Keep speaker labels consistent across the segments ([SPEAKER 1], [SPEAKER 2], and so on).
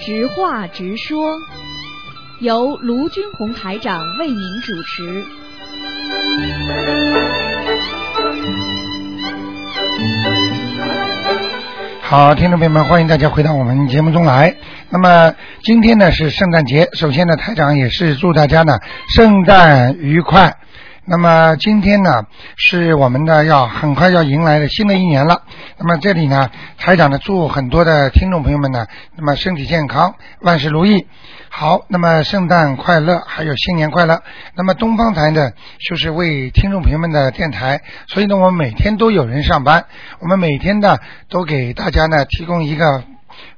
[SPEAKER 1] 直话直说，由卢军红台长为您主持。
[SPEAKER 2] 好，听众朋友们，欢迎大家回到我们节目中来。那么今天呢是圣诞节，首先呢台长也是祝大家呢圣诞愉快。那么今天呢，是我们的要很快要迎来的新的一年了。那么这里呢，台长呢祝很多的听众朋友们呢，那么身体健康，万事如意。好，那么圣诞快乐，还有新年快乐。那么东方台呢，就是为听众朋友们的电台，所以呢，我们每天都有人上班，我们每天呢都给大家呢提供一个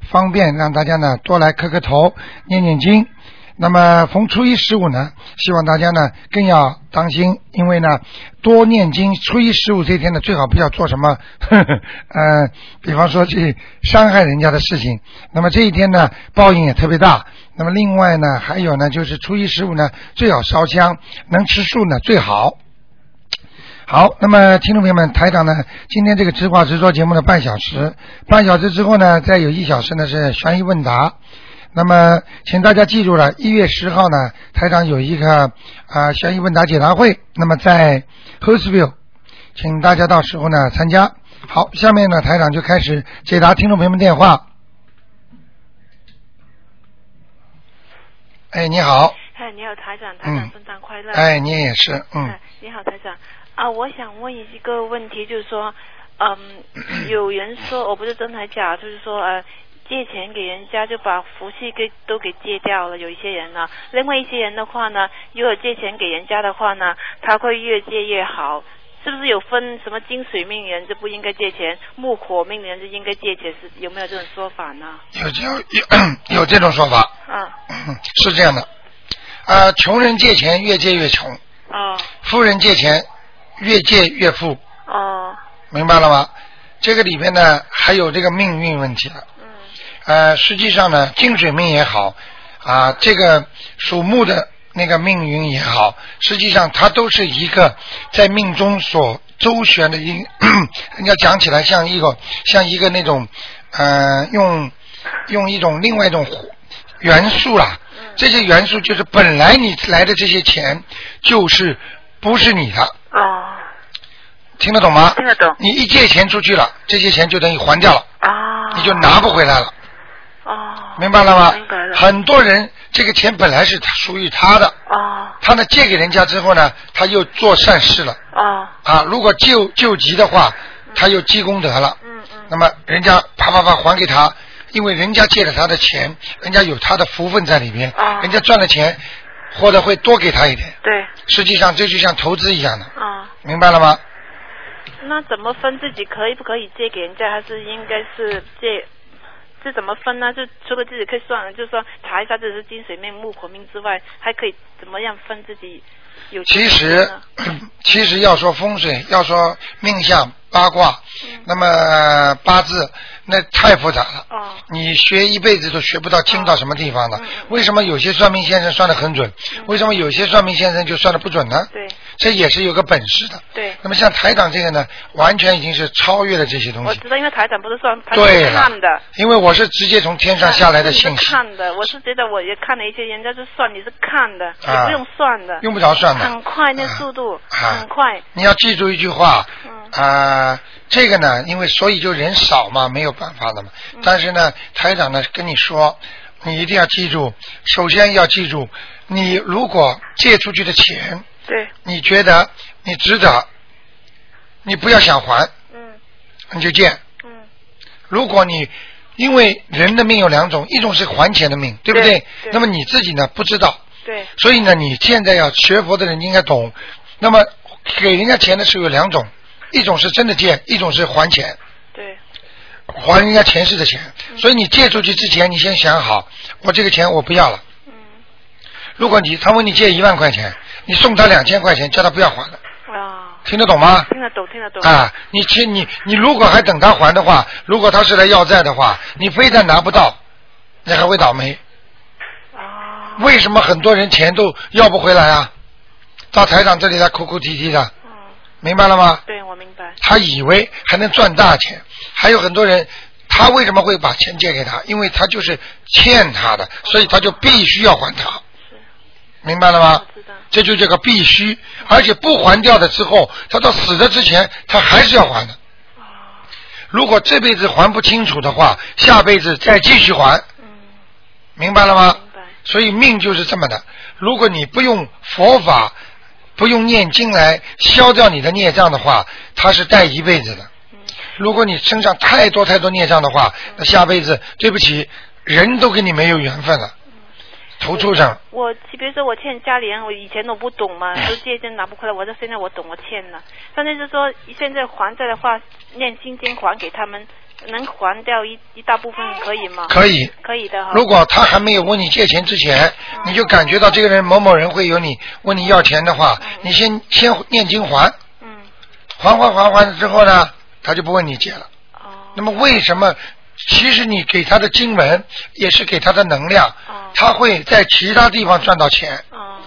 [SPEAKER 2] 方便，让大家呢多来磕磕头、念念经。那么逢初一十五呢，希望大家呢更要当心，因为呢多念经。初一十五这天呢，最好不要做什么， 呵呵呃，比方说去伤害人家的事情。那么这一天呢，报应也特别大。那么另外呢，还有呢，就是初一十五呢，最好烧香，能吃素呢最好。好，那么听众朋友们，台长呢，今天这个直话直说节目的半小时，半小时之后呢，再有一小时呢是悬疑问答。那么，请大家记住了，一月十号呢，台长有一个啊、呃、悬疑问答解答会，那么在 h o s t v i l l e 请大家到时候呢参加。好，下面呢台长就开始解答听众朋友们电话。哎，你好，
[SPEAKER 3] 哎，你好，台长，台
[SPEAKER 2] 嗯
[SPEAKER 3] 长，圣诞快乐。
[SPEAKER 2] 哎，你也是，嗯
[SPEAKER 3] 哎，，你好，台长。啊，我想问一个问题，就是说，嗯， 有人说我不是真还假，就是说，呃，借钱给人家就把福气给都给借掉了，有一些人呢，另外一些人的话呢，如果借钱给人家的话呢，他会越借越好。是不是有分什么金水命人就不应该借钱，木火命人就应该借钱？是有没有这种说法呢？
[SPEAKER 2] 有这有有这种说法，
[SPEAKER 3] 啊，
[SPEAKER 2] 嗯是这样的，呃，穷人借钱越借越穷，
[SPEAKER 3] 哦，
[SPEAKER 2] 富人借钱越借越富，
[SPEAKER 3] 哦，
[SPEAKER 2] 明白了吗？这个里边呢还有这个命运问题了。
[SPEAKER 3] 嗯，
[SPEAKER 2] 呃，实际上呢，金水命也好，啊，这个属木的那个命运也好，实际上它都是一个在命中所周旋的 一，人家讲起来像一个像一个那种，呃，用用一种另外一种元素啦，这些元素就是本来你来的这些钱就是不是你的，
[SPEAKER 3] 哦，
[SPEAKER 2] 听得懂吗？
[SPEAKER 3] 听得懂
[SPEAKER 2] 你一借钱出去了，这些钱就等于还掉了，
[SPEAKER 3] 啊，
[SPEAKER 2] 你就拿不回来了。
[SPEAKER 3] 哦，
[SPEAKER 2] 明白了吗？
[SPEAKER 3] 明白了。
[SPEAKER 2] 很多人这个钱本来是属于他的，
[SPEAKER 3] 哦
[SPEAKER 2] 他呢借给人家之后呢，他又做善事了
[SPEAKER 3] 哦，
[SPEAKER 2] 啊。如果救救急的话，他又积功德了。
[SPEAKER 3] 嗯嗯
[SPEAKER 2] 那么人家啪啪啪还给他，因为人家借了他的钱，人家有他的福分在里面，
[SPEAKER 3] 啊
[SPEAKER 2] 人家赚了钱，或者会多给他一点。
[SPEAKER 3] 对
[SPEAKER 2] 实际上这就像投资一样的，
[SPEAKER 3] 啊、
[SPEAKER 2] 明白了吗？
[SPEAKER 3] 那怎么分自己可以不可以借给人家，还是应该是借？这怎么分呢？就除了自己可以算，就是说查一下自己是金水命、木火命之外，还可以怎么样分自己有
[SPEAKER 2] 其
[SPEAKER 3] 钱
[SPEAKER 2] 实
[SPEAKER 3] 呢？，
[SPEAKER 2] 其实要说风水，要说命相八卦，
[SPEAKER 3] 嗯
[SPEAKER 2] 那么、呃八字那太复杂了。
[SPEAKER 3] 哦
[SPEAKER 2] 你学一辈子都学不到精到什么地方的
[SPEAKER 3] 嗯嗯。
[SPEAKER 2] 为什么有些算命先生算得很准？为什么有些算命先生就算得不准呢？
[SPEAKER 3] 对
[SPEAKER 2] 这也是有个本事的。
[SPEAKER 3] 对，
[SPEAKER 2] 那么像台长这个呢，完全已经是超越了这些东
[SPEAKER 3] 我
[SPEAKER 2] 西。
[SPEAKER 3] 知道，因为台长不是算，他
[SPEAKER 2] 对
[SPEAKER 3] 是
[SPEAKER 2] 了
[SPEAKER 3] 看的。，
[SPEAKER 2] 因为我是直接从天上下来的
[SPEAKER 3] 你是
[SPEAKER 2] 信息，
[SPEAKER 3] 看的，我是觉得我也看了一些，人家就算你是看的，
[SPEAKER 2] 啊
[SPEAKER 3] 也不用算的，
[SPEAKER 2] 用不着算的。
[SPEAKER 3] 很快那
[SPEAKER 2] 啊
[SPEAKER 3] 速度，
[SPEAKER 2] 啊
[SPEAKER 3] 很快，
[SPEAKER 2] 你要记住一句话，
[SPEAKER 3] 嗯
[SPEAKER 2] 啊、这个呢，因为所以就人少嘛，没有办法的嘛。
[SPEAKER 3] 嗯
[SPEAKER 2] 但是呢，台长呢跟你说，你一定要记住，首先要记住，你如果借出去的钱，
[SPEAKER 3] 对，
[SPEAKER 2] 你觉得你值得，你不要想还，
[SPEAKER 3] 嗯
[SPEAKER 2] 你就借。
[SPEAKER 3] 嗯，
[SPEAKER 2] 如果你因为人的命有两种，一种是还钱的命，对不
[SPEAKER 3] 对对
[SPEAKER 2] 那么你自己呢不知道，
[SPEAKER 3] 对
[SPEAKER 2] 所以呢，你现在要学佛的人应该懂。那么给人家钱的时候有两种，一种是真的借，一种是还钱，
[SPEAKER 3] 对，
[SPEAKER 2] 还人家前世的钱。所以你借出去之前，你先想好，我这个钱我不要了。
[SPEAKER 3] 嗯
[SPEAKER 2] 如果你他问你借一万块钱，你送他两千块钱，叫他不要还了，
[SPEAKER 3] 啊。
[SPEAKER 2] 听得懂吗？
[SPEAKER 3] 听得懂，听得懂。
[SPEAKER 2] 啊，你欠你你如果还等他还的话，如果他是来要债的话，你非但拿不到，你还会倒霉。
[SPEAKER 3] 啊，
[SPEAKER 2] 为什么很多人钱都要不回来啊？到台长这里来哭哭啼啼的，
[SPEAKER 3] 嗯，
[SPEAKER 2] 明白了吗？
[SPEAKER 3] 对，我明白。
[SPEAKER 2] 他以为还能赚大钱，还有很多人，他为什么会把钱借给他？因为他就是欠他的，所以他就必须要还他。明白了吗？
[SPEAKER 3] 知道。
[SPEAKER 2] 这就叫个必须，而且不还掉了之后，他到死的之前，他还是要还的。
[SPEAKER 3] 啊
[SPEAKER 2] 如果这辈子还不清楚的话，下辈子再继续还，
[SPEAKER 3] 嗯，
[SPEAKER 2] 明白了吗？
[SPEAKER 3] 明白。
[SPEAKER 2] 所以命就是这么的。如果你不用佛法，不用念经来消掉你的孽障的话，它是带一辈子的。
[SPEAKER 3] 嗯
[SPEAKER 2] 如果你身上太多太多孽障的话，那下辈子对不起，人都跟你没有缘分了，头畜生。
[SPEAKER 3] 我比如说我欠家里人，我以前都不懂
[SPEAKER 2] 嗯
[SPEAKER 3] 嘛，都借钱拿不回来，我到现在我懂我欠了。但是就是说现在还债的话，念心经还给他们，能还掉一一大部分可以吗？
[SPEAKER 2] 可以，
[SPEAKER 3] 可以的哈。
[SPEAKER 2] 如果他还没有问你借钱之前，
[SPEAKER 3] 嗯
[SPEAKER 2] 你就感觉到这个人某某人会有你问你要钱的话，你先先念经还，
[SPEAKER 3] 嗯
[SPEAKER 2] 还还还还了之后呢，他就不问你借了。
[SPEAKER 3] 哦
[SPEAKER 2] 那么为什么？其实你给他的经文也是给他的能量，
[SPEAKER 3] 哦
[SPEAKER 2] 他会在其他地方赚到钱，
[SPEAKER 3] 哦，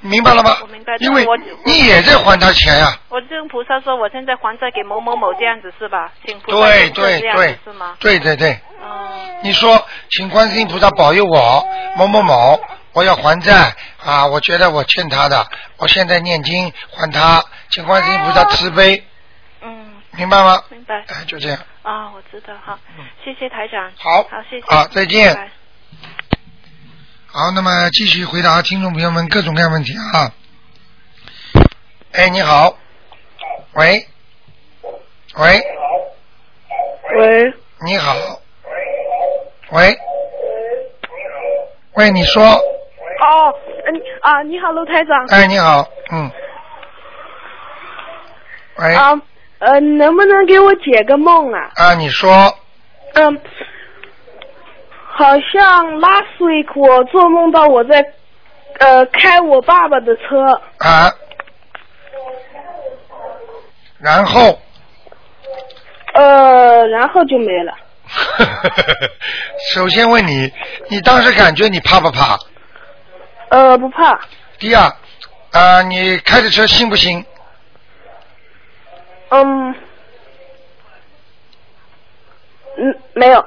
[SPEAKER 2] 明白了吗
[SPEAKER 3] 我明白？
[SPEAKER 2] 因为
[SPEAKER 3] 我
[SPEAKER 2] 你也在还他钱呀、啊
[SPEAKER 3] 我就跟菩萨说我现在还债给某某某这样子是吧？请菩萨
[SPEAKER 2] 对
[SPEAKER 3] 保佑
[SPEAKER 2] 对
[SPEAKER 3] 这样子
[SPEAKER 2] 对
[SPEAKER 3] 是吗？，
[SPEAKER 2] 对对对，
[SPEAKER 3] 哦
[SPEAKER 2] 你说，请观世音菩萨保佑我某某某，我要还债啊！我觉得我欠他的，我现在念经还他，请观世音菩萨慈悲，
[SPEAKER 3] 嗯，
[SPEAKER 2] 明白吗？
[SPEAKER 3] 明白
[SPEAKER 2] 哎，就这样，
[SPEAKER 3] 啊、我知道哈，谢谢台长。
[SPEAKER 2] 嗯好
[SPEAKER 3] 好，谢谢。
[SPEAKER 2] 啊再见
[SPEAKER 3] 拜拜
[SPEAKER 2] 好，那么继续回答听众朋友们各种各样问题啊。哎，你好，喂，喂，
[SPEAKER 4] 喂，
[SPEAKER 2] 你好，喂，喂，你说，
[SPEAKER 4] 哦，嗯啊，你好，卢台长。
[SPEAKER 2] 哎，你好，嗯，喂，
[SPEAKER 4] 啊，呃，能不能给我解个梦啊？
[SPEAKER 2] 啊，你说，
[SPEAKER 4] 嗯，好像 last week 我做梦到我在呃开我爸爸的车，
[SPEAKER 2] 啊，然后，
[SPEAKER 4] 呃，然后就没了。
[SPEAKER 2] 首先问你，你当时感觉你怕不怕？
[SPEAKER 4] 呃，不怕，
[SPEAKER 2] 第二，啊，你开着车信不信？
[SPEAKER 4] 嗯，嗯，没有，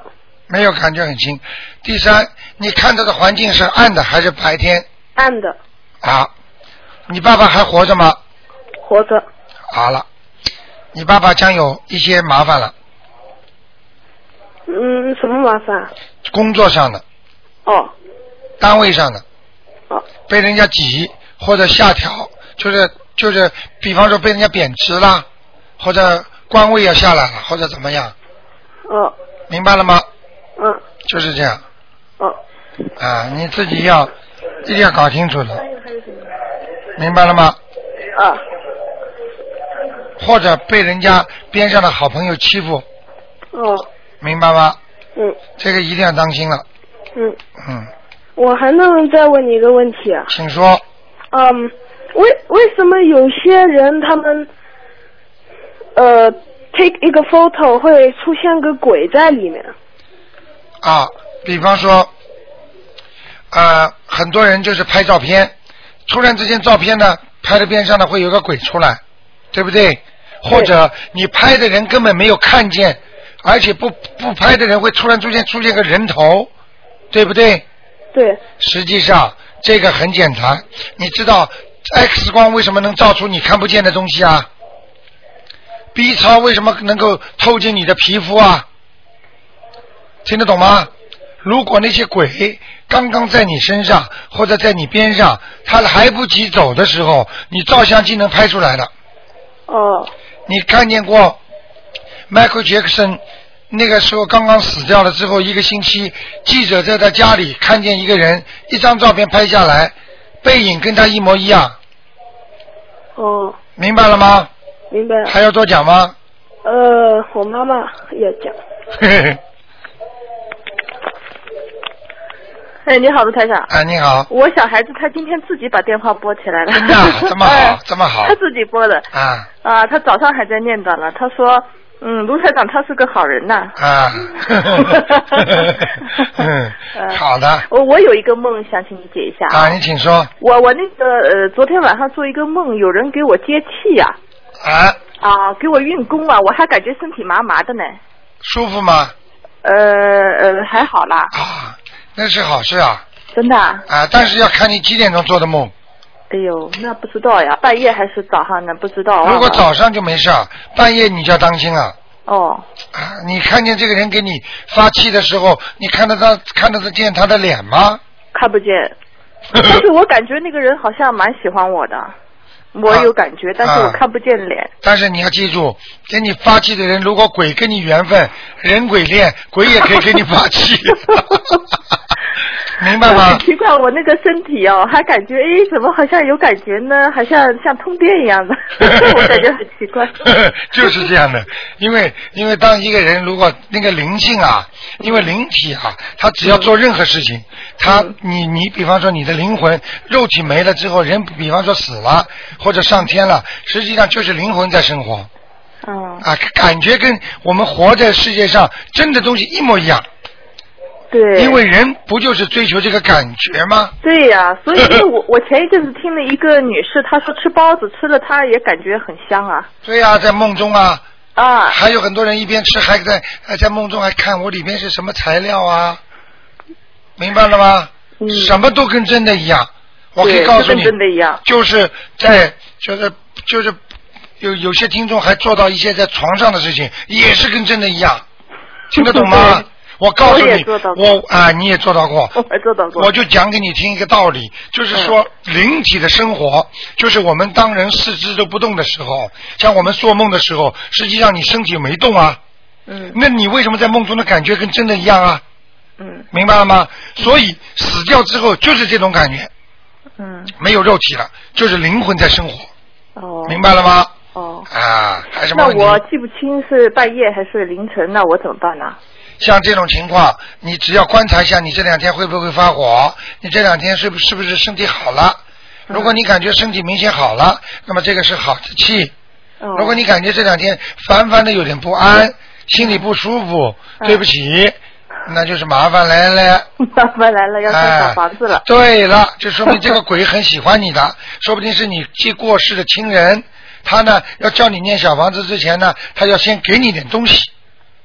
[SPEAKER 2] 没有感觉很轻。第三，你看到的环境是暗的还是白天？
[SPEAKER 4] 暗的，
[SPEAKER 2] 啊，你爸爸还活着吗？
[SPEAKER 4] 活着，
[SPEAKER 2] 好了，你爸爸将有一些麻烦了，
[SPEAKER 4] 嗯，什么麻烦啊？
[SPEAKER 2] 工作上的、
[SPEAKER 4] 哦，
[SPEAKER 2] 单位上的，
[SPEAKER 4] 哦，
[SPEAKER 2] 被人家挤或者下调，就是就是，比方说被人家贬值啦，或者官位要下来了，或者怎么样，
[SPEAKER 4] 哦，
[SPEAKER 2] 明白了吗？
[SPEAKER 4] 嗯，
[SPEAKER 2] 就是这样
[SPEAKER 4] 哦，
[SPEAKER 2] 啊，你自己要一定要搞清楚的，明白了吗？
[SPEAKER 4] 啊，
[SPEAKER 2] 或者被人家边上的好朋友欺负，
[SPEAKER 4] 哦，
[SPEAKER 2] 明白吗？
[SPEAKER 4] 嗯
[SPEAKER 2] 这个一定要当心了。
[SPEAKER 4] 嗯。
[SPEAKER 2] 嗯，
[SPEAKER 4] 我还能再问你一个问题啊？
[SPEAKER 2] 请说。
[SPEAKER 4] 嗯，为为什么有些人他们呃 take 一个 photo 会出现个鬼在里面？
[SPEAKER 2] 啊，比方说，呃，很多人就是拍照片，突然之间照片呢拍的边上呢会有个鬼出来，对不对？或者你拍的人根本没有看见，而且不不拍的人会突然出现出现个人头，对不对？
[SPEAKER 4] 对，
[SPEAKER 2] 实际上这个很简单，你知道 X 光为什么能照出你看不见的东西啊？B 超为什么能够透进你的皮肤啊？听得懂吗？如果那些鬼刚刚在你身上或者在你边上，他来不及走的时候，你照相机能拍出来的。
[SPEAKER 4] 哦，
[SPEAKER 2] 你看见过 Michael Jackson 那个时候刚刚死掉了之后一个星期，记者在他家里看见一个人，一张照片拍下来，背影跟他一模一样，
[SPEAKER 4] 哦，
[SPEAKER 2] 明白了吗？
[SPEAKER 4] 明白了。
[SPEAKER 2] 还要多讲吗？
[SPEAKER 4] 呃，我妈妈也讲。
[SPEAKER 5] 哎，你好，卢台长。
[SPEAKER 2] 哎，你好，
[SPEAKER 5] 我小孩子他今天自己把电话拨起来了，
[SPEAKER 2] 真的啊这么好
[SPEAKER 5] 哎
[SPEAKER 2] 这么好
[SPEAKER 5] 他自己拨的
[SPEAKER 2] 啊
[SPEAKER 5] 啊，他早上还在念叨呢，他说，嗯，卢台长他是个好人呐。
[SPEAKER 2] 啊， 嗯， 好的
[SPEAKER 5] 我呃我有一个梦想请你解一下
[SPEAKER 2] 啊，你请说
[SPEAKER 5] 我我那个呃，昨天晚上做一个梦，有人给我接气呀、
[SPEAKER 2] 啊，
[SPEAKER 5] 啊，给我运功啊，我还感觉身体麻麻的呢。
[SPEAKER 2] 舒服吗？
[SPEAKER 5] 呃呃还好啦，
[SPEAKER 2] 啊，那是好事啊
[SPEAKER 5] 真的啊。
[SPEAKER 2] 啊！但是要看你几点钟做的梦。
[SPEAKER 5] 哎呦，那不知道呀，半夜还是早上呢？不知道。啊
[SPEAKER 2] 如果
[SPEAKER 5] 忘了
[SPEAKER 2] 早上就没事儿，半夜你就要当心了。
[SPEAKER 5] 哦，
[SPEAKER 2] 啊，你看见这个人给你发气的时候，你看得到看得见他的脸吗？
[SPEAKER 5] 看不见， 但是我感觉那个人好像蛮喜欢我的，我有感觉，但
[SPEAKER 2] 嗯
[SPEAKER 5] 是我看不见脸。
[SPEAKER 2] 但是你要记住，给你发气的人，如果鬼跟你缘分，人鬼恋，鬼也可以给你发气， 明白吗
[SPEAKER 5] 很？ 奇怪，我那个身体哦，还感觉哎，怎么好像有感觉呢？好像像通电一样的， 我感觉很奇 怪。
[SPEAKER 2] 就是这样的，因为因为当一个人如果那个灵性啊，因为灵体啊，他只要做任何事情，他你你比方说你的灵魂肉体没了之后，人比方说死了或者上天了，实际上就是灵魂在生活
[SPEAKER 5] 嗯，
[SPEAKER 2] 啊，感觉跟我们活在世界上真的东西一模一样，
[SPEAKER 5] 对，
[SPEAKER 2] 因为人不就是追求这个感觉吗？
[SPEAKER 5] 对呀、所以因为我 我前一阵子听了一个女士，她说吃包子吃了，她也感觉很香啊
[SPEAKER 2] 对呀、在梦中啊，
[SPEAKER 5] 啊，
[SPEAKER 2] 还有很多人一边吃还在还在梦中还看我里面是什么材料啊，明白了吗？
[SPEAKER 5] 嗯，
[SPEAKER 2] 什么都跟真的一样。我可以
[SPEAKER 5] 对
[SPEAKER 2] 告
[SPEAKER 5] 就
[SPEAKER 2] 诉
[SPEAKER 5] 跟
[SPEAKER 2] 你，
[SPEAKER 5] 真的一样。
[SPEAKER 2] 就是在就是就是有有些听众还做到一些在床上的事情，也是跟真的一样，听得懂吗
[SPEAKER 5] 对？
[SPEAKER 2] 我告诉
[SPEAKER 5] 我也
[SPEAKER 2] 你
[SPEAKER 5] 做到，过
[SPEAKER 2] 我啊、你也做到过，
[SPEAKER 5] 我还做到过。
[SPEAKER 2] 我就讲给你听一个道理，就是说
[SPEAKER 5] 嗯
[SPEAKER 2] 灵体的生活，就是我们当人四肢都不动的时候，像我们做梦的时候，实际上你身体没动啊，
[SPEAKER 5] 嗯
[SPEAKER 2] 那你为什么在梦中的感觉跟真的一样啊？
[SPEAKER 5] 嗯
[SPEAKER 2] 明白了吗？所以死掉之后就是这种感觉，
[SPEAKER 5] 嗯，
[SPEAKER 2] 没有肉体了，就是灵魂在生活，
[SPEAKER 5] 哦
[SPEAKER 2] 明白了吗？
[SPEAKER 5] 哦。
[SPEAKER 2] 啊，还是没
[SPEAKER 5] 那
[SPEAKER 2] 问题
[SPEAKER 5] 我记不清是半夜还是凌晨，那我怎么办呢？啊
[SPEAKER 2] 像这种情况，你只要观察一下，你这两天会不会发火？你这两天是不是不是身体好了？
[SPEAKER 5] 嗯
[SPEAKER 2] 如果你感觉身体明显好了，那么这个是好的气。
[SPEAKER 5] 哦、
[SPEAKER 2] 如 果你感觉这两天烦烦的有点不安，心里不舒服，
[SPEAKER 5] 嗯
[SPEAKER 2] 对不起，那就是麻烦来了。
[SPEAKER 5] 麻烦来了，要送小房子了
[SPEAKER 2] 哎。对了，就说明这个鬼很喜欢你的， 说不定是你既过世的亲人。他呢，要叫你念小房子之前呢，他要先给你点东西，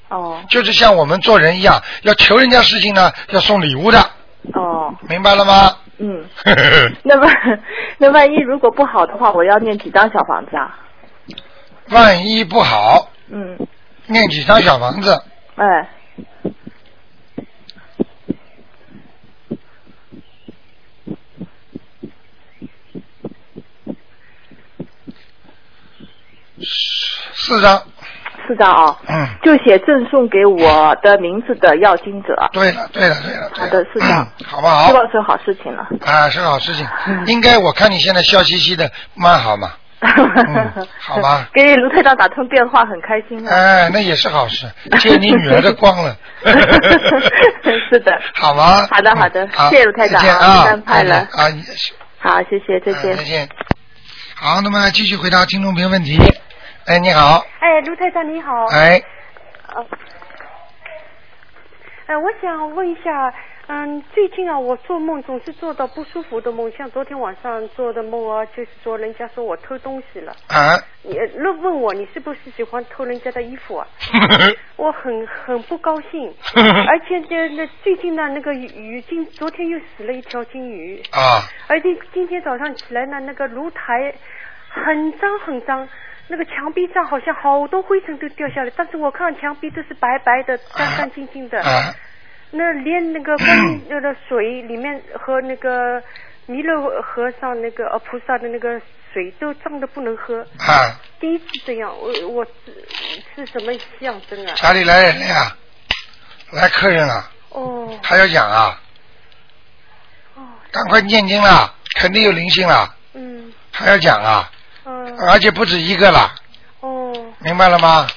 [SPEAKER 5] 哦
[SPEAKER 2] 就是像我们做人一样，要求人家事情呢，要送礼物的，
[SPEAKER 5] 哦，
[SPEAKER 2] 明白了吗？
[SPEAKER 5] 嗯， 那万那万一如果不好的话，我要念几张小房子啊？
[SPEAKER 2] 万一不好，
[SPEAKER 5] 嗯，
[SPEAKER 2] 念几张小房子，
[SPEAKER 5] 哎，
[SPEAKER 2] 四张。
[SPEAKER 5] 四张啊、
[SPEAKER 2] 嗯，
[SPEAKER 5] 就写赠送给我的名字的要经者，
[SPEAKER 2] 对了，对了，对了，对了嗯
[SPEAKER 5] 好的四张
[SPEAKER 2] 好不
[SPEAKER 5] 希
[SPEAKER 2] 好？
[SPEAKER 5] 望是好事情了。
[SPEAKER 2] 啊，是好事情
[SPEAKER 5] 嗯。
[SPEAKER 2] 应该我看你现在笑嘻嘻的，蛮好嘛。嗯好吧
[SPEAKER 5] 给卢台长打通电话很开心啊。。
[SPEAKER 2] 哎，那也是好事，借你女儿的光了
[SPEAKER 5] 是的
[SPEAKER 2] 好吗？
[SPEAKER 5] 好的好的
[SPEAKER 2] 嗯好
[SPEAKER 5] 谢谢卢台长
[SPEAKER 2] 再见
[SPEAKER 5] 啊
[SPEAKER 2] 啊，
[SPEAKER 5] 圣诞快乐
[SPEAKER 2] 啊，你也是，
[SPEAKER 5] 好，谢谢，再见
[SPEAKER 2] 嗯再。见。好，那么继续回答听众朋友问题。哎，你好，
[SPEAKER 6] 哎，卢台长你好。
[SPEAKER 2] 哎，
[SPEAKER 6] 呃。呃，我想问一下，嗯，最近啊，我做梦总是做到不舒服的梦，像昨天晚上做的梦啊，就是说人家说我偷东西了，
[SPEAKER 2] 啊，
[SPEAKER 6] 你呃问问我你是不是喜欢偷人家的衣服啊？我很很不高兴，而且这那最近呢，那个鱼鱼今昨天又死了一条金鱼，
[SPEAKER 2] 啊，
[SPEAKER 6] 而且今天早上起来呢，那个炉台很脏很脏，那个墙壁上好像好多灰尘都掉下来，但是我看墙壁都是白白的、干干净净的，
[SPEAKER 2] 啊，
[SPEAKER 6] 那连那个光那个水里面和那个弥勒和尚那个呃菩萨的那个水都脏的不能喝，
[SPEAKER 2] 啊，
[SPEAKER 6] 第一次这样，我我是是什么象征啊？
[SPEAKER 2] 家里来人了呀，来客人了，
[SPEAKER 6] 哦
[SPEAKER 2] 还要养啊，
[SPEAKER 6] 哦，
[SPEAKER 2] 赶快念经啦，肯定有灵性啦，
[SPEAKER 6] 嗯
[SPEAKER 2] 还要讲啊，
[SPEAKER 6] 嗯
[SPEAKER 2] 而且不止一个啦，
[SPEAKER 6] 哦
[SPEAKER 2] 明白了吗？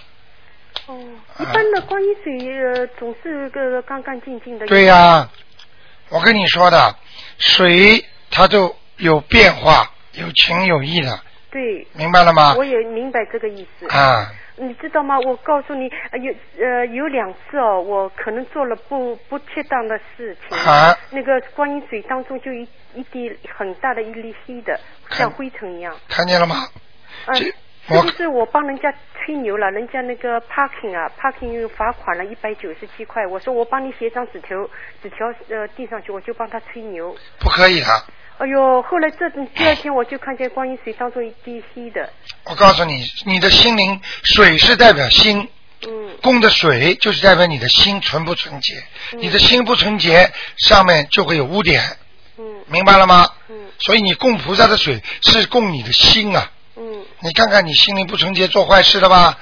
[SPEAKER 6] 哦，一般的观音水呃总是个干干净净的，
[SPEAKER 2] 对呀、我跟你说的，水它都有变化，有情有义的，
[SPEAKER 6] 对，
[SPEAKER 2] 明白了吗
[SPEAKER 6] 我？也明白这个意思。
[SPEAKER 2] 啊，
[SPEAKER 6] 你知道吗？我告诉你，呃有呃有两次哦，我可能做了不不恰当的事情。
[SPEAKER 2] 啊
[SPEAKER 6] 那个观音水当中就一一滴很大的一粒黑的，像灰尘一样。
[SPEAKER 2] 看见了吗？
[SPEAKER 6] 嗯
[SPEAKER 2] 这
[SPEAKER 6] 这就是我帮人家吹牛了，人家那个 parking 啊，parking 罚款了一百九十七块，我说我帮你写张纸条，纸条呃递上去，我就帮他吹牛。
[SPEAKER 2] 不可以啊的。
[SPEAKER 6] 哎呦，后来这第二天我就看见观音水当中一滴稀的，
[SPEAKER 2] 我告诉你，你的心灵水是代表心，
[SPEAKER 6] 嗯，
[SPEAKER 2] 供的水就是代表你的心纯不纯洁，你的心不纯洁，上面就会有污点，
[SPEAKER 6] 嗯，
[SPEAKER 2] 明白了吗？嗯，所以你供菩萨的水是供你的心啊，
[SPEAKER 6] 嗯，
[SPEAKER 2] 你看看你心灵不纯洁做坏事了吧？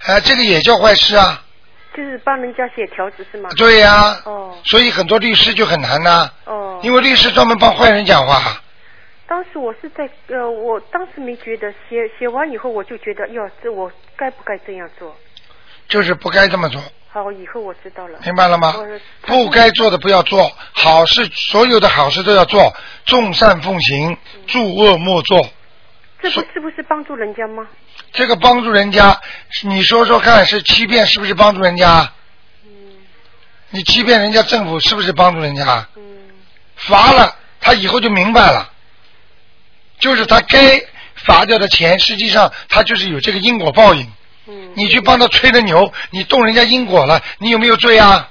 [SPEAKER 2] 哎、这个也叫坏事啊，
[SPEAKER 6] 就是帮人家写条子是吗？
[SPEAKER 2] 对呀、
[SPEAKER 6] 哦
[SPEAKER 2] 所以很多律师就很难呐、
[SPEAKER 6] 哦，
[SPEAKER 2] 因为律师专门帮坏人讲话，
[SPEAKER 6] 当时我是在呃，我当时没觉得写写完以后，我就觉得哟，这我该不该这样做？
[SPEAKER 2] 就是不该这么做。
[SPEAKER 6] 好，我以后我知道了。
[SPEAKER 2] 明白了吗
[SPEAKER 6] 我是？
[SPEAKER 2] 不该做的不要做，好事所有的好事都要做，众善奉行，
[SPEAKER 6] 嗯
[SPEAKER 2] 助恶莫作。
[SPEAKER 6] 这不是不是帮助人家吗？
[SPEAKER 2] 这个帮助人家，你说说看，是欺骗是不是帮助人家？你欺骗人家政府是不是帮助人家？罚了他以后就明白了，就是他该罚掉的钱，实际上他就是有这个因果报应。你去帮他吹了牛，你动人家因果了，你有没有罪啊？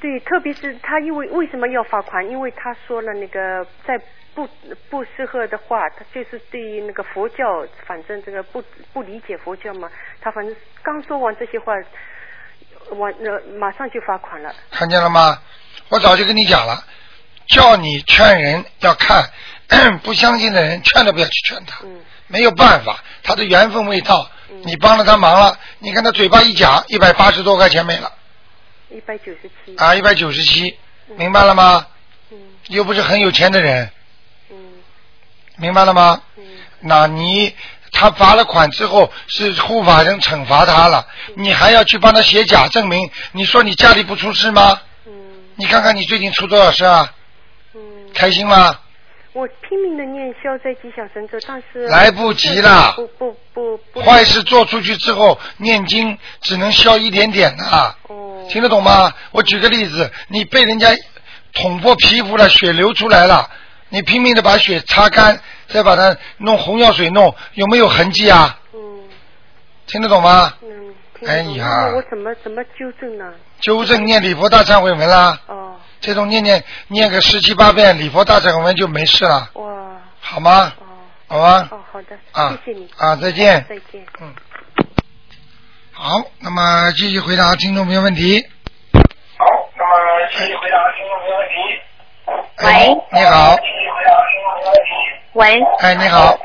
[SPEAKER 6] 对，特别是他因为为什么要罚款？因为他说了那个在不不适合的话，他就是对于那个佛教，反正这个不不理解佛教嘛，他反正刚说完这些话，完那、马上就罚款了。
[SPEAKER 2] 看见了吗？我早就跟你讲了，叫你劝人要看， 不相信的人劝都不要去劝他，
[SPEAKER 6] 嗯
[SPEAKER 2] 没有办法，他的缘分未到，你帮了他忙了，你看他嘴巴一讲，一百八十多块钱没了
[SPEAKER 6] 一百九十七，嗯
[SPEAKER 2] 啊，一百九十七，明白了吗？又不是很有钱的人，明白了吗？
[SPEAKER 6] 嗯
[SPEAKER 2] 那你他罚了款之后，是护法人惩罚他了，你还要去帮他写假证明，你说你家里不出事吗？
[SPEAKER 6] 嗯
[SPEAKER 2] 你看看你最近出多少事啊？开心吗？
[SPEAKER 6] 我拼命的念消灾吉祥神咒，但是
[SPEAKER 2] 来不及了
[SPEAKER 6] 不不不不，
[SPEAKER 2] 坏事做出去之后，念经只能消一点点的、啊，
[SPEAKER 6] 哦
[SPEAKER 2] 听得懂吗？我举个例子，你被人家捅破皮肤了，血流出来了，你拼命的把血擦干，再把它弄红药水弄，有没有痕迹啊？听得懂吗？
[SPEAKER 6] 嗯，
[SPEAKER 2] 哎呀
[SPEAKER 6] 那么我怎么怎么纠正呢？
[SPEAKER 2] 纠正念礼佛大忏悔文啦，
[SPEAKER 6] 哦，
[SPEAKER 2] 这种念念念个十七八遍礼佛大忏悔文就没事了，
[SPEAKER 6] 哇，
[SPEAKER 2] 好吗？好吗？
[SPEAKER 6] 哦，好的，
[SPEAKER 2] 啊
[SPEAKER 6] 谢谢你
[SPEAKER 2] 啊再见
[SPEAKER 6] 再见，
[SPEAKER 2] 嗯。好，那么继续回答听众朋友问题。
[SPEAKER 7] 那么继续回答听众朋友问题。
[SPEAKER 2] 喂，哎你好，
[SPEAKER 8] 喂，
[SPEAKER 2] 哎，你好，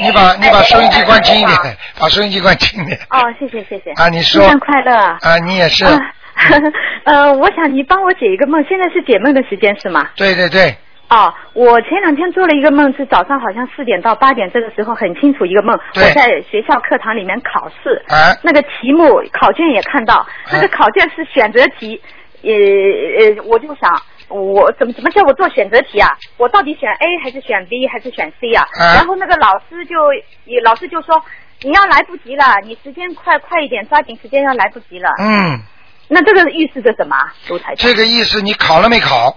[SPEAKER 2] 你把你把收音机关轻一点，把收音机关轻一点。
[SPEAKER 8] 哦，谢谢谢谢。
[SPEAKER 2] 啊你说
[SPEAKER 8] 圣诞快乐。
[SPEAKER 2] 啊，你也是，
[SPEAKER 8] 啊呃，我想你帮我解一个梦，现在是解梦的时间是吗？
[SPEAKER 2] 对对对，
[SPEAKER 8] 哦，我前两天做了一个梦，是早上好像四点到八点这个时候很清楚一个梦，我
[SPEAKER 2] 对
[SPEAKER 8] 在学校课堂里面考试，
[SPEAKER 2] 哎
[SPEAKER 8] 那个题目考卷也看到，那个考卷是选择题，呃呃，我就想。我怎么怎么叫我做选择题啊？我到底选 A 还是选 B 还是选 C 啊？
[SPEAKER 9] 哎
[SPEAKER 8] 然后那个老师就也老师就说你要来不及了，你时间快快一点，抓紧时间要来不及了。
[SPEAKER 2] 嗯，
[SPEAKER 8] 那这个预示着什么啊，卢台长？
[SPEAKER 2] 这个意思你考了没考？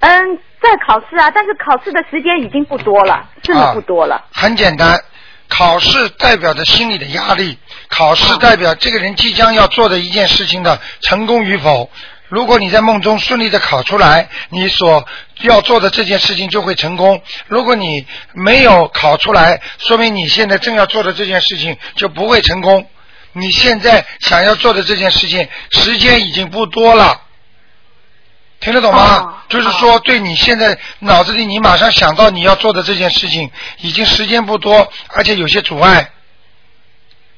[SPEAKER 8] 嗯，在考试啊，但是考试的时间已经不多了，真的不多了。
[SPEAKER 2] 很简单，考试代表着心理的压力，考试代表这个人即将要做的一件事情的成功与否。如果你在梦中顺利的考出来，你所要做的这件事情就会成功；如果你没有考出来，说明你现在正要做的这件事情就不会成功。你现在想要做的这件事情，时间已经不多了。听得懂吗？就是说，对你现在脑子里你马上想到你要做的这件事情，已经时间不多，而且有些阻碍。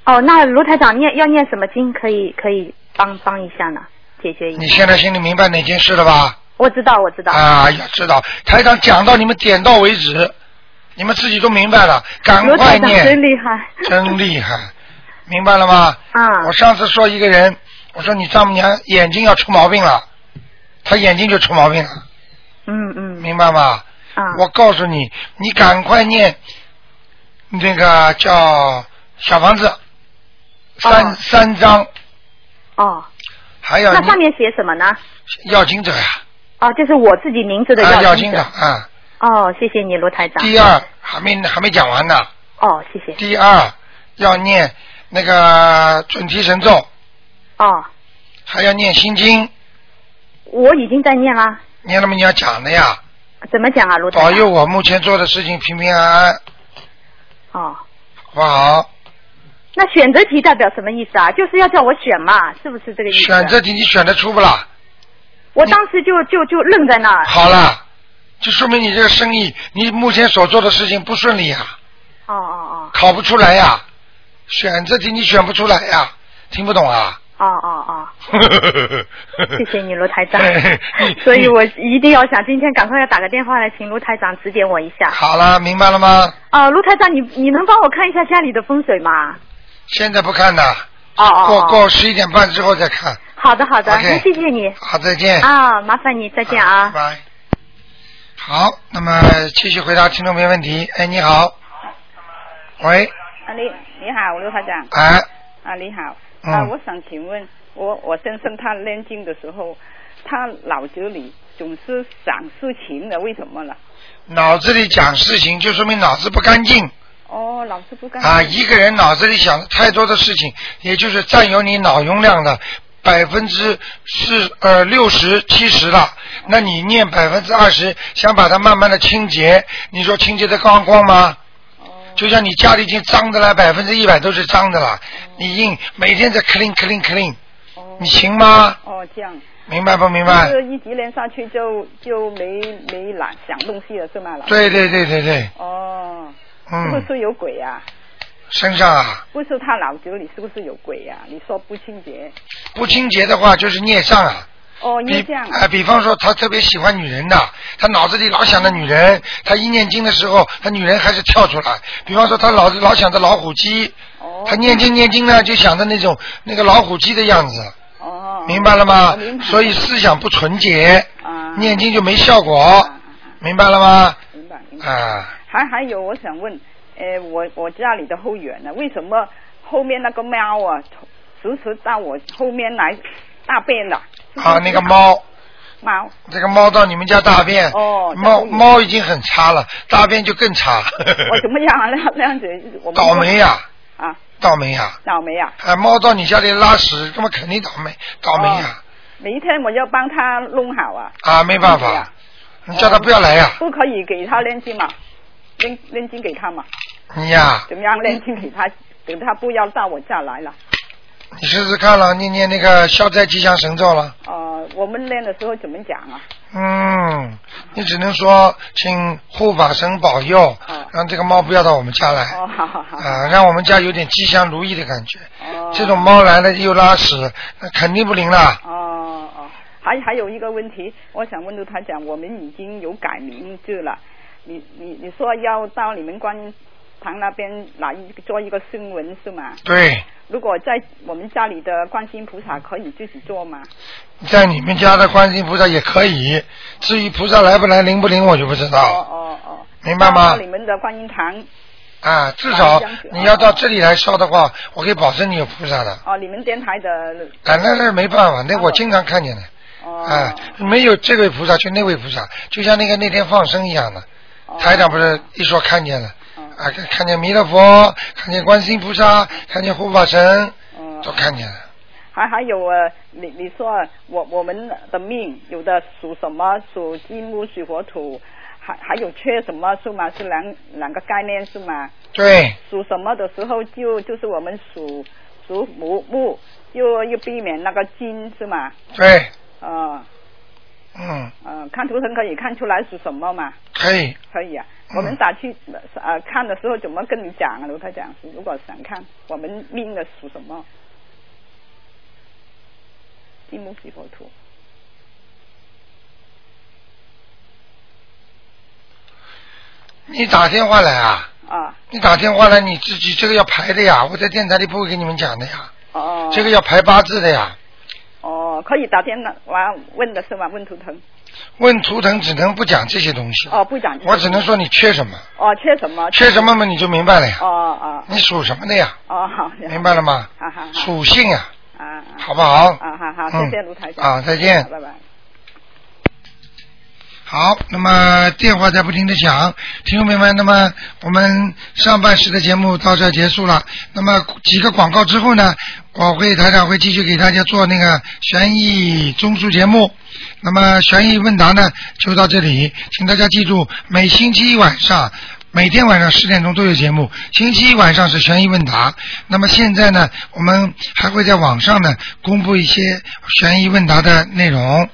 [SPEAKER 2] 啊
[SPEAKER 8] 哦，那卢台长念要念什么经可以可以帮帮一下呢？解决一下。
[SPEAKER 2] 你现在心里明白哪件事了吧？
[SPEAKER 8] 我知道，我知道。
[SPEAKER 2] 啊，要知道，台长讲到你们点到为止，你们自己都明白了，赶
[SPEAKER 8] 卢
[SPEAKER 2] 快
[SPEAKER 8] 台长真
[SPEAKER 2] 念，
[SPEAKER 8] 厉害。
[SPEAKER 2] 真厉害，明白了吗？
[SPEAKER 8] 啊
[SPEAKER 2] 我上次说一个人，我说你丈母娘眼睛要出毛病了，她眼睛就出毛病了。
[SPEAKER 8] 嗯嗯。
[SPEAKER 2] 明白吗？
[SPEAKER 8] 啊。
[SPEAKER 2] 我告诉你，你赶快念那个叫小房子三、三章，
[SPEAKER 8] 哦，
[SPEAKER 2] 还有
[SPEAKER 8] 那上面写什么呢？
[SPEAKER 2] 要经者呀，
[SPEAKER 8] 哦，就是我自己名字的
[SPEAKER 2] 啊，
[SPEAKER 8] 要
[SPEAKER 2] 要
[SPEAKER 8] 经
[SPEAKER 2] 经者
[SPEAKER 8] 者。
[SPEAKER 2] 啊，
[SPEAKER 10] 哦，谢谢你，卢台长。
[SPEAKER 2] 第二，还没还没讲完呢。
[SPEAKER 10] 哦，谢谢。
[SPEAKER 2] 第二要念那个准提神咒，
[SPEAKER 10] 哦，
[SPEAKER 2] 还要念心经，
[SPEAKER 10] 我已经在念啦。
[SPEAKER 2] 念了吗？你要讲的呀，
[SPEAKER 10] 怎么讲啊，卢台长？
[SPEAKER 2] 保佑我目前做的事情平平安安，
[SPEAKER 10] 哦，
[SPEAKER 2] 好不好？
[SPEAKER 10] 那选择题代表什么意思啊？就是要叫我选嘛，是不是这个意思？
[SPEAKER 2] 选择题你选得出不啦？
[SPEAKER 10] 我当时就就就愣在那儿。
[SPEAKER 2] 好了，就说明你这个生意，你目前所做的事情不顺利啊，
[SPEAKER 10] 哦哦
[SPEAKER 2] 考不出来呀、选择题你选不出来呀、听不懂啊？
[SPEAKER 10] 哦哦哦哦， 谢谢你，卢台长
[SPEAKER 2] 你。
[SPEAKER 10] 所以我一定要想今天赶快要打个电话来，请卢台长指点我一下。
[SPEAKER 2] 好了，明白了吗？
[SPEAKER 10] 啊，卢台长，你你能帮我看一下家里的风水吗？
[SPEAKER 2] 现在不看的，
[SPEAKER 10] 哦哦。
[SPEAKER 2] 过
[SPEAKER 10] 哦
[SPEAKER 2] 过十一点半之后再看。
[SPEAKER 10] 好的好的，
[SPEAKER 2] OK 哎
[SPEAKER 10] 那谢谢你。
[SPEAKER 2] 好，再见。
[SPEAKER 10] 啊，麻烦你，再见
[SPEAKER 2] 拜
[SPEAKER 10] 啊。
[SPEAKER 2] 拜。好，那么继续回答听众朋友问题。哎，你好。喂，
[SPEAKER 8] 啊，你你好，刘台长。
[SPEAKER 2] 哎，
[SPEAKER 8] 啊，你好。
[SPEAKER 2] 嗯
[SPEAKER 8] 啊，我想请问，我我先生他念经的时候，他脑子里总是想事情的，为什么呢？
[SPEAKER 2] 脑子里讲事情就说明脑子不干净
[SPEAKER 8] 哦，老是不干。
[SPEAKER 2] 啊！一个人脑子里想太多的事情，也就是占有你脑容量的百分之四呃六十七十了。那你念百分之二十，想把它慢慢的清洁，你说清洁的光光吗？
[SPEAKER 8] 哦
[SPEAKER 2] 就像你家里已经脏的了，百分之一百都是脏的了，你硬每天在 clean clean clean，你行吗？
[SPEAKER 8] 哦，这样。
[SPEAKER 2] 明白不明白？
[SPEAKER 8] 就是一直念下去就就没没懒想东西了，是吗？老师
[SPEAKER 2] 对对对对对，
[SPEAKER 8] 哦，是不
[SPEAKER 2] 嗯，
[SPEAKER 8] 是有鬼啊？
[SPEAKER 2] 身上啊
[SPEAKER 8] 不是他脑子里是不是有鬼啊？你说不清洁。
[SPEAKER 2] 不清洁的话就是孽障啊。
[SPEAKER 8] 哦，因
[SPEAKER 2] 比
[SPEAKER 8] 为这样
[SPEAKER 2] 啊、比方说他特别喜欢女人的，他脑子里老想着女人，他一念经的时候，他女人还是跳出来。比方说他老老想着老虎机，
[SPEAKER 8] 哦
[SPEAKER 2] 他念经念经呢就想着那种那个老虎机的样子。
[SPEAKER 8] 哦，
[SPEAKER 2] 明白了吗
[SPEAKER 8] 哦明？白啊
[SPEAKER 2] 所以思想不纯洁，念经就没效果，明白了吗？
[SPEAKER 8] 明白啊明白。
[SPEAKER 2] 啊，
[SPEAKER 8] 还还有，我想问，呃，我我家里的后园呢，为什么后面那个猫啊，时时到我后面来大便的？
[SPEAKER 2] 啊，那个猫，
[SPEAKER 8] 猫
[SPEAKER 2] 这个猫到你们家大便，
[SPEAKER 8] 哦
[SPEAKER 2] 猫猫已经很差了，大便就更差，
[SPEAKER 8] 我怎么样啊？那 那样子，我
[SPEAKER 2] 呃
[SPEAKER 8] 们
[SPEAKER 2] 倒霉呀、
[SPEAKER 8] 啊，
[SPEAKER 2] 倒霉呀、
[SPEAKER 8] 倒霉啊！
[SPEAKER 2] 啊！猫到你家里拉屎，那么肯定倒霉，倒霉呀、
[SPEAKER 8] 每一天我要帮他弄好啊。
[SPEAKER 2] 啊！没办法，你叫它不要来呀、
[SPEAKER 8] 不可以给他扔金嘛，扔扔金给他嘛，
[SPEAKER 2] 你呀、
[SPEAKER 8] 怎么样扔金给他？等他不要到我家来了。
[SPEAKER 2] 你试试看了，念念那个消灾吉祥神咒了。
[SPEAKER 8] 呃，我们练的时候怎么讲啊？
[SPEAKER 2] 嗯，你只能说请护法神保佑，让这个猫不要到我们家来，
[SPEAKER 8] 哦，好好哦好。
[SPEAKER 2] 啊，让我们家有点吉祥如意的感觉。这种猫来了又拉屎，那肯定不灵了。
[SPEAKER 8] 哦哦，还还有一个问题，我想问卢台长，我们已经有改名字了，你你你说要到你们观音堂那边来做一个新闻是吗？
[SPEAKER 2] 对，
[SPEAKER 8] 如果在我们家里的观世音菩萨可以自己做吗？
[SPEAKER 2] 在你们家的观世音菩萨也可以，至于菩萨来不来、灵不灵，我就不知道。
[SPEAKER 8] 哦哦哦，
[SPEAKER 2] 明白吗
[SPEAKER 8] 到你们的观音堂
[SPEAKER 2] 啊，至少你啊要到这里来烧的话，我可以保证你有菩萨的。
[SPEAKER 8] 哦，你们电台的哦
[SPEAKER 2] 啊，那那没办法，那我经常看见的。啊，没有这位菩萨，就那位菩萨，就像那个那天放生一样的。
[SPEAKER 8] 哦
[SPEAKER 2] 台长不是一说看见了，啊，看看见弥勒佛，看见观世音菩萨，看见护法神，
[SPEAKER 8] 哦
[SPEAKER 2] 都看见了。
[SPEAKER 8] 还还有呃，你你说我我们的命有的属什么？属金木，属火土，还还有缺什么是吗？是两两个概念是吗？
[SPEAKER 2] 对，
[SPEAKER 8] 属什么的时候就就是我们属属木木，又又避免那个金是吗？
[SPEAKER 2] 对，
[SPEAKER 8] 呃
[SPEAKER 2] 嗯，
[SPEAKER 8] 呃，看图腾可以看出来属什么嘛？
[SPEAKER 2] 可以。
[SPEAKER 8] 可以啊，
[SPEAKER 2] 嗯
[SPEAKER 8] 我们打去呃看的时候怎么跟你讲啊？卢台讲，如果想看我们命的属什么？金木水火土。
[SPEAKER 2] 你打电话来啊？
[SPEAKER 8] 啊。
[SPEAKER 2] 你打电话来，你自己这个要排的呀，我在电台里不会跟你们讲的呀，
[SPEAKER 8] 哦，
[SPEAKER 2] 这个要排八字的呀。
[SPEAKER 8] 哦，可以打电话问的是吗？问图腾
[SPEAKER 2] 问图腾只能不讲这些东西，
[SPEAKER 8] 哦，不讲
[SPEAKER 2] 我只能说你缺什么，
[SPEAKER 8] 哦，缺什么？
[SPEAKER 2] 缺什么嘛你就明白了呀。
[SPEAKER 8] 哦哦
[SPEAKER 2] 你属什么的呀？
[SPEAKER 8] 哦，好，
[SPEAKER 2] 明白了吗？
[SPEAKER 8] 好好好
[SPEAKER 2] 属性呀，
[SPEAKER 8] 啊
[SPEAKER 2] 好不好？
[SPEAKER 8] 啊，好好，
[SPEAKER 2] 嗯
[SPEAKER 8] 谢谢卢台长
[SPEAKER 2] 啊再见
[SPEAKER 8] 好拜拜。
[SPEAKER 2] 好，那么电话在不停的响，听众朋友们，那么呃我们上半时的节目到这儿结束了。那么几个广告之后呢，我会台长会继续给大家做那个悬疑综述节目。那么悬疑问答呢就到这里，请大家记住，每星期一晚上。每天晚上十点钟都有节目，星期一晚上是悬疑问答。那么现在呢，我们还会在网上呢公布一些悬疑问答的内容。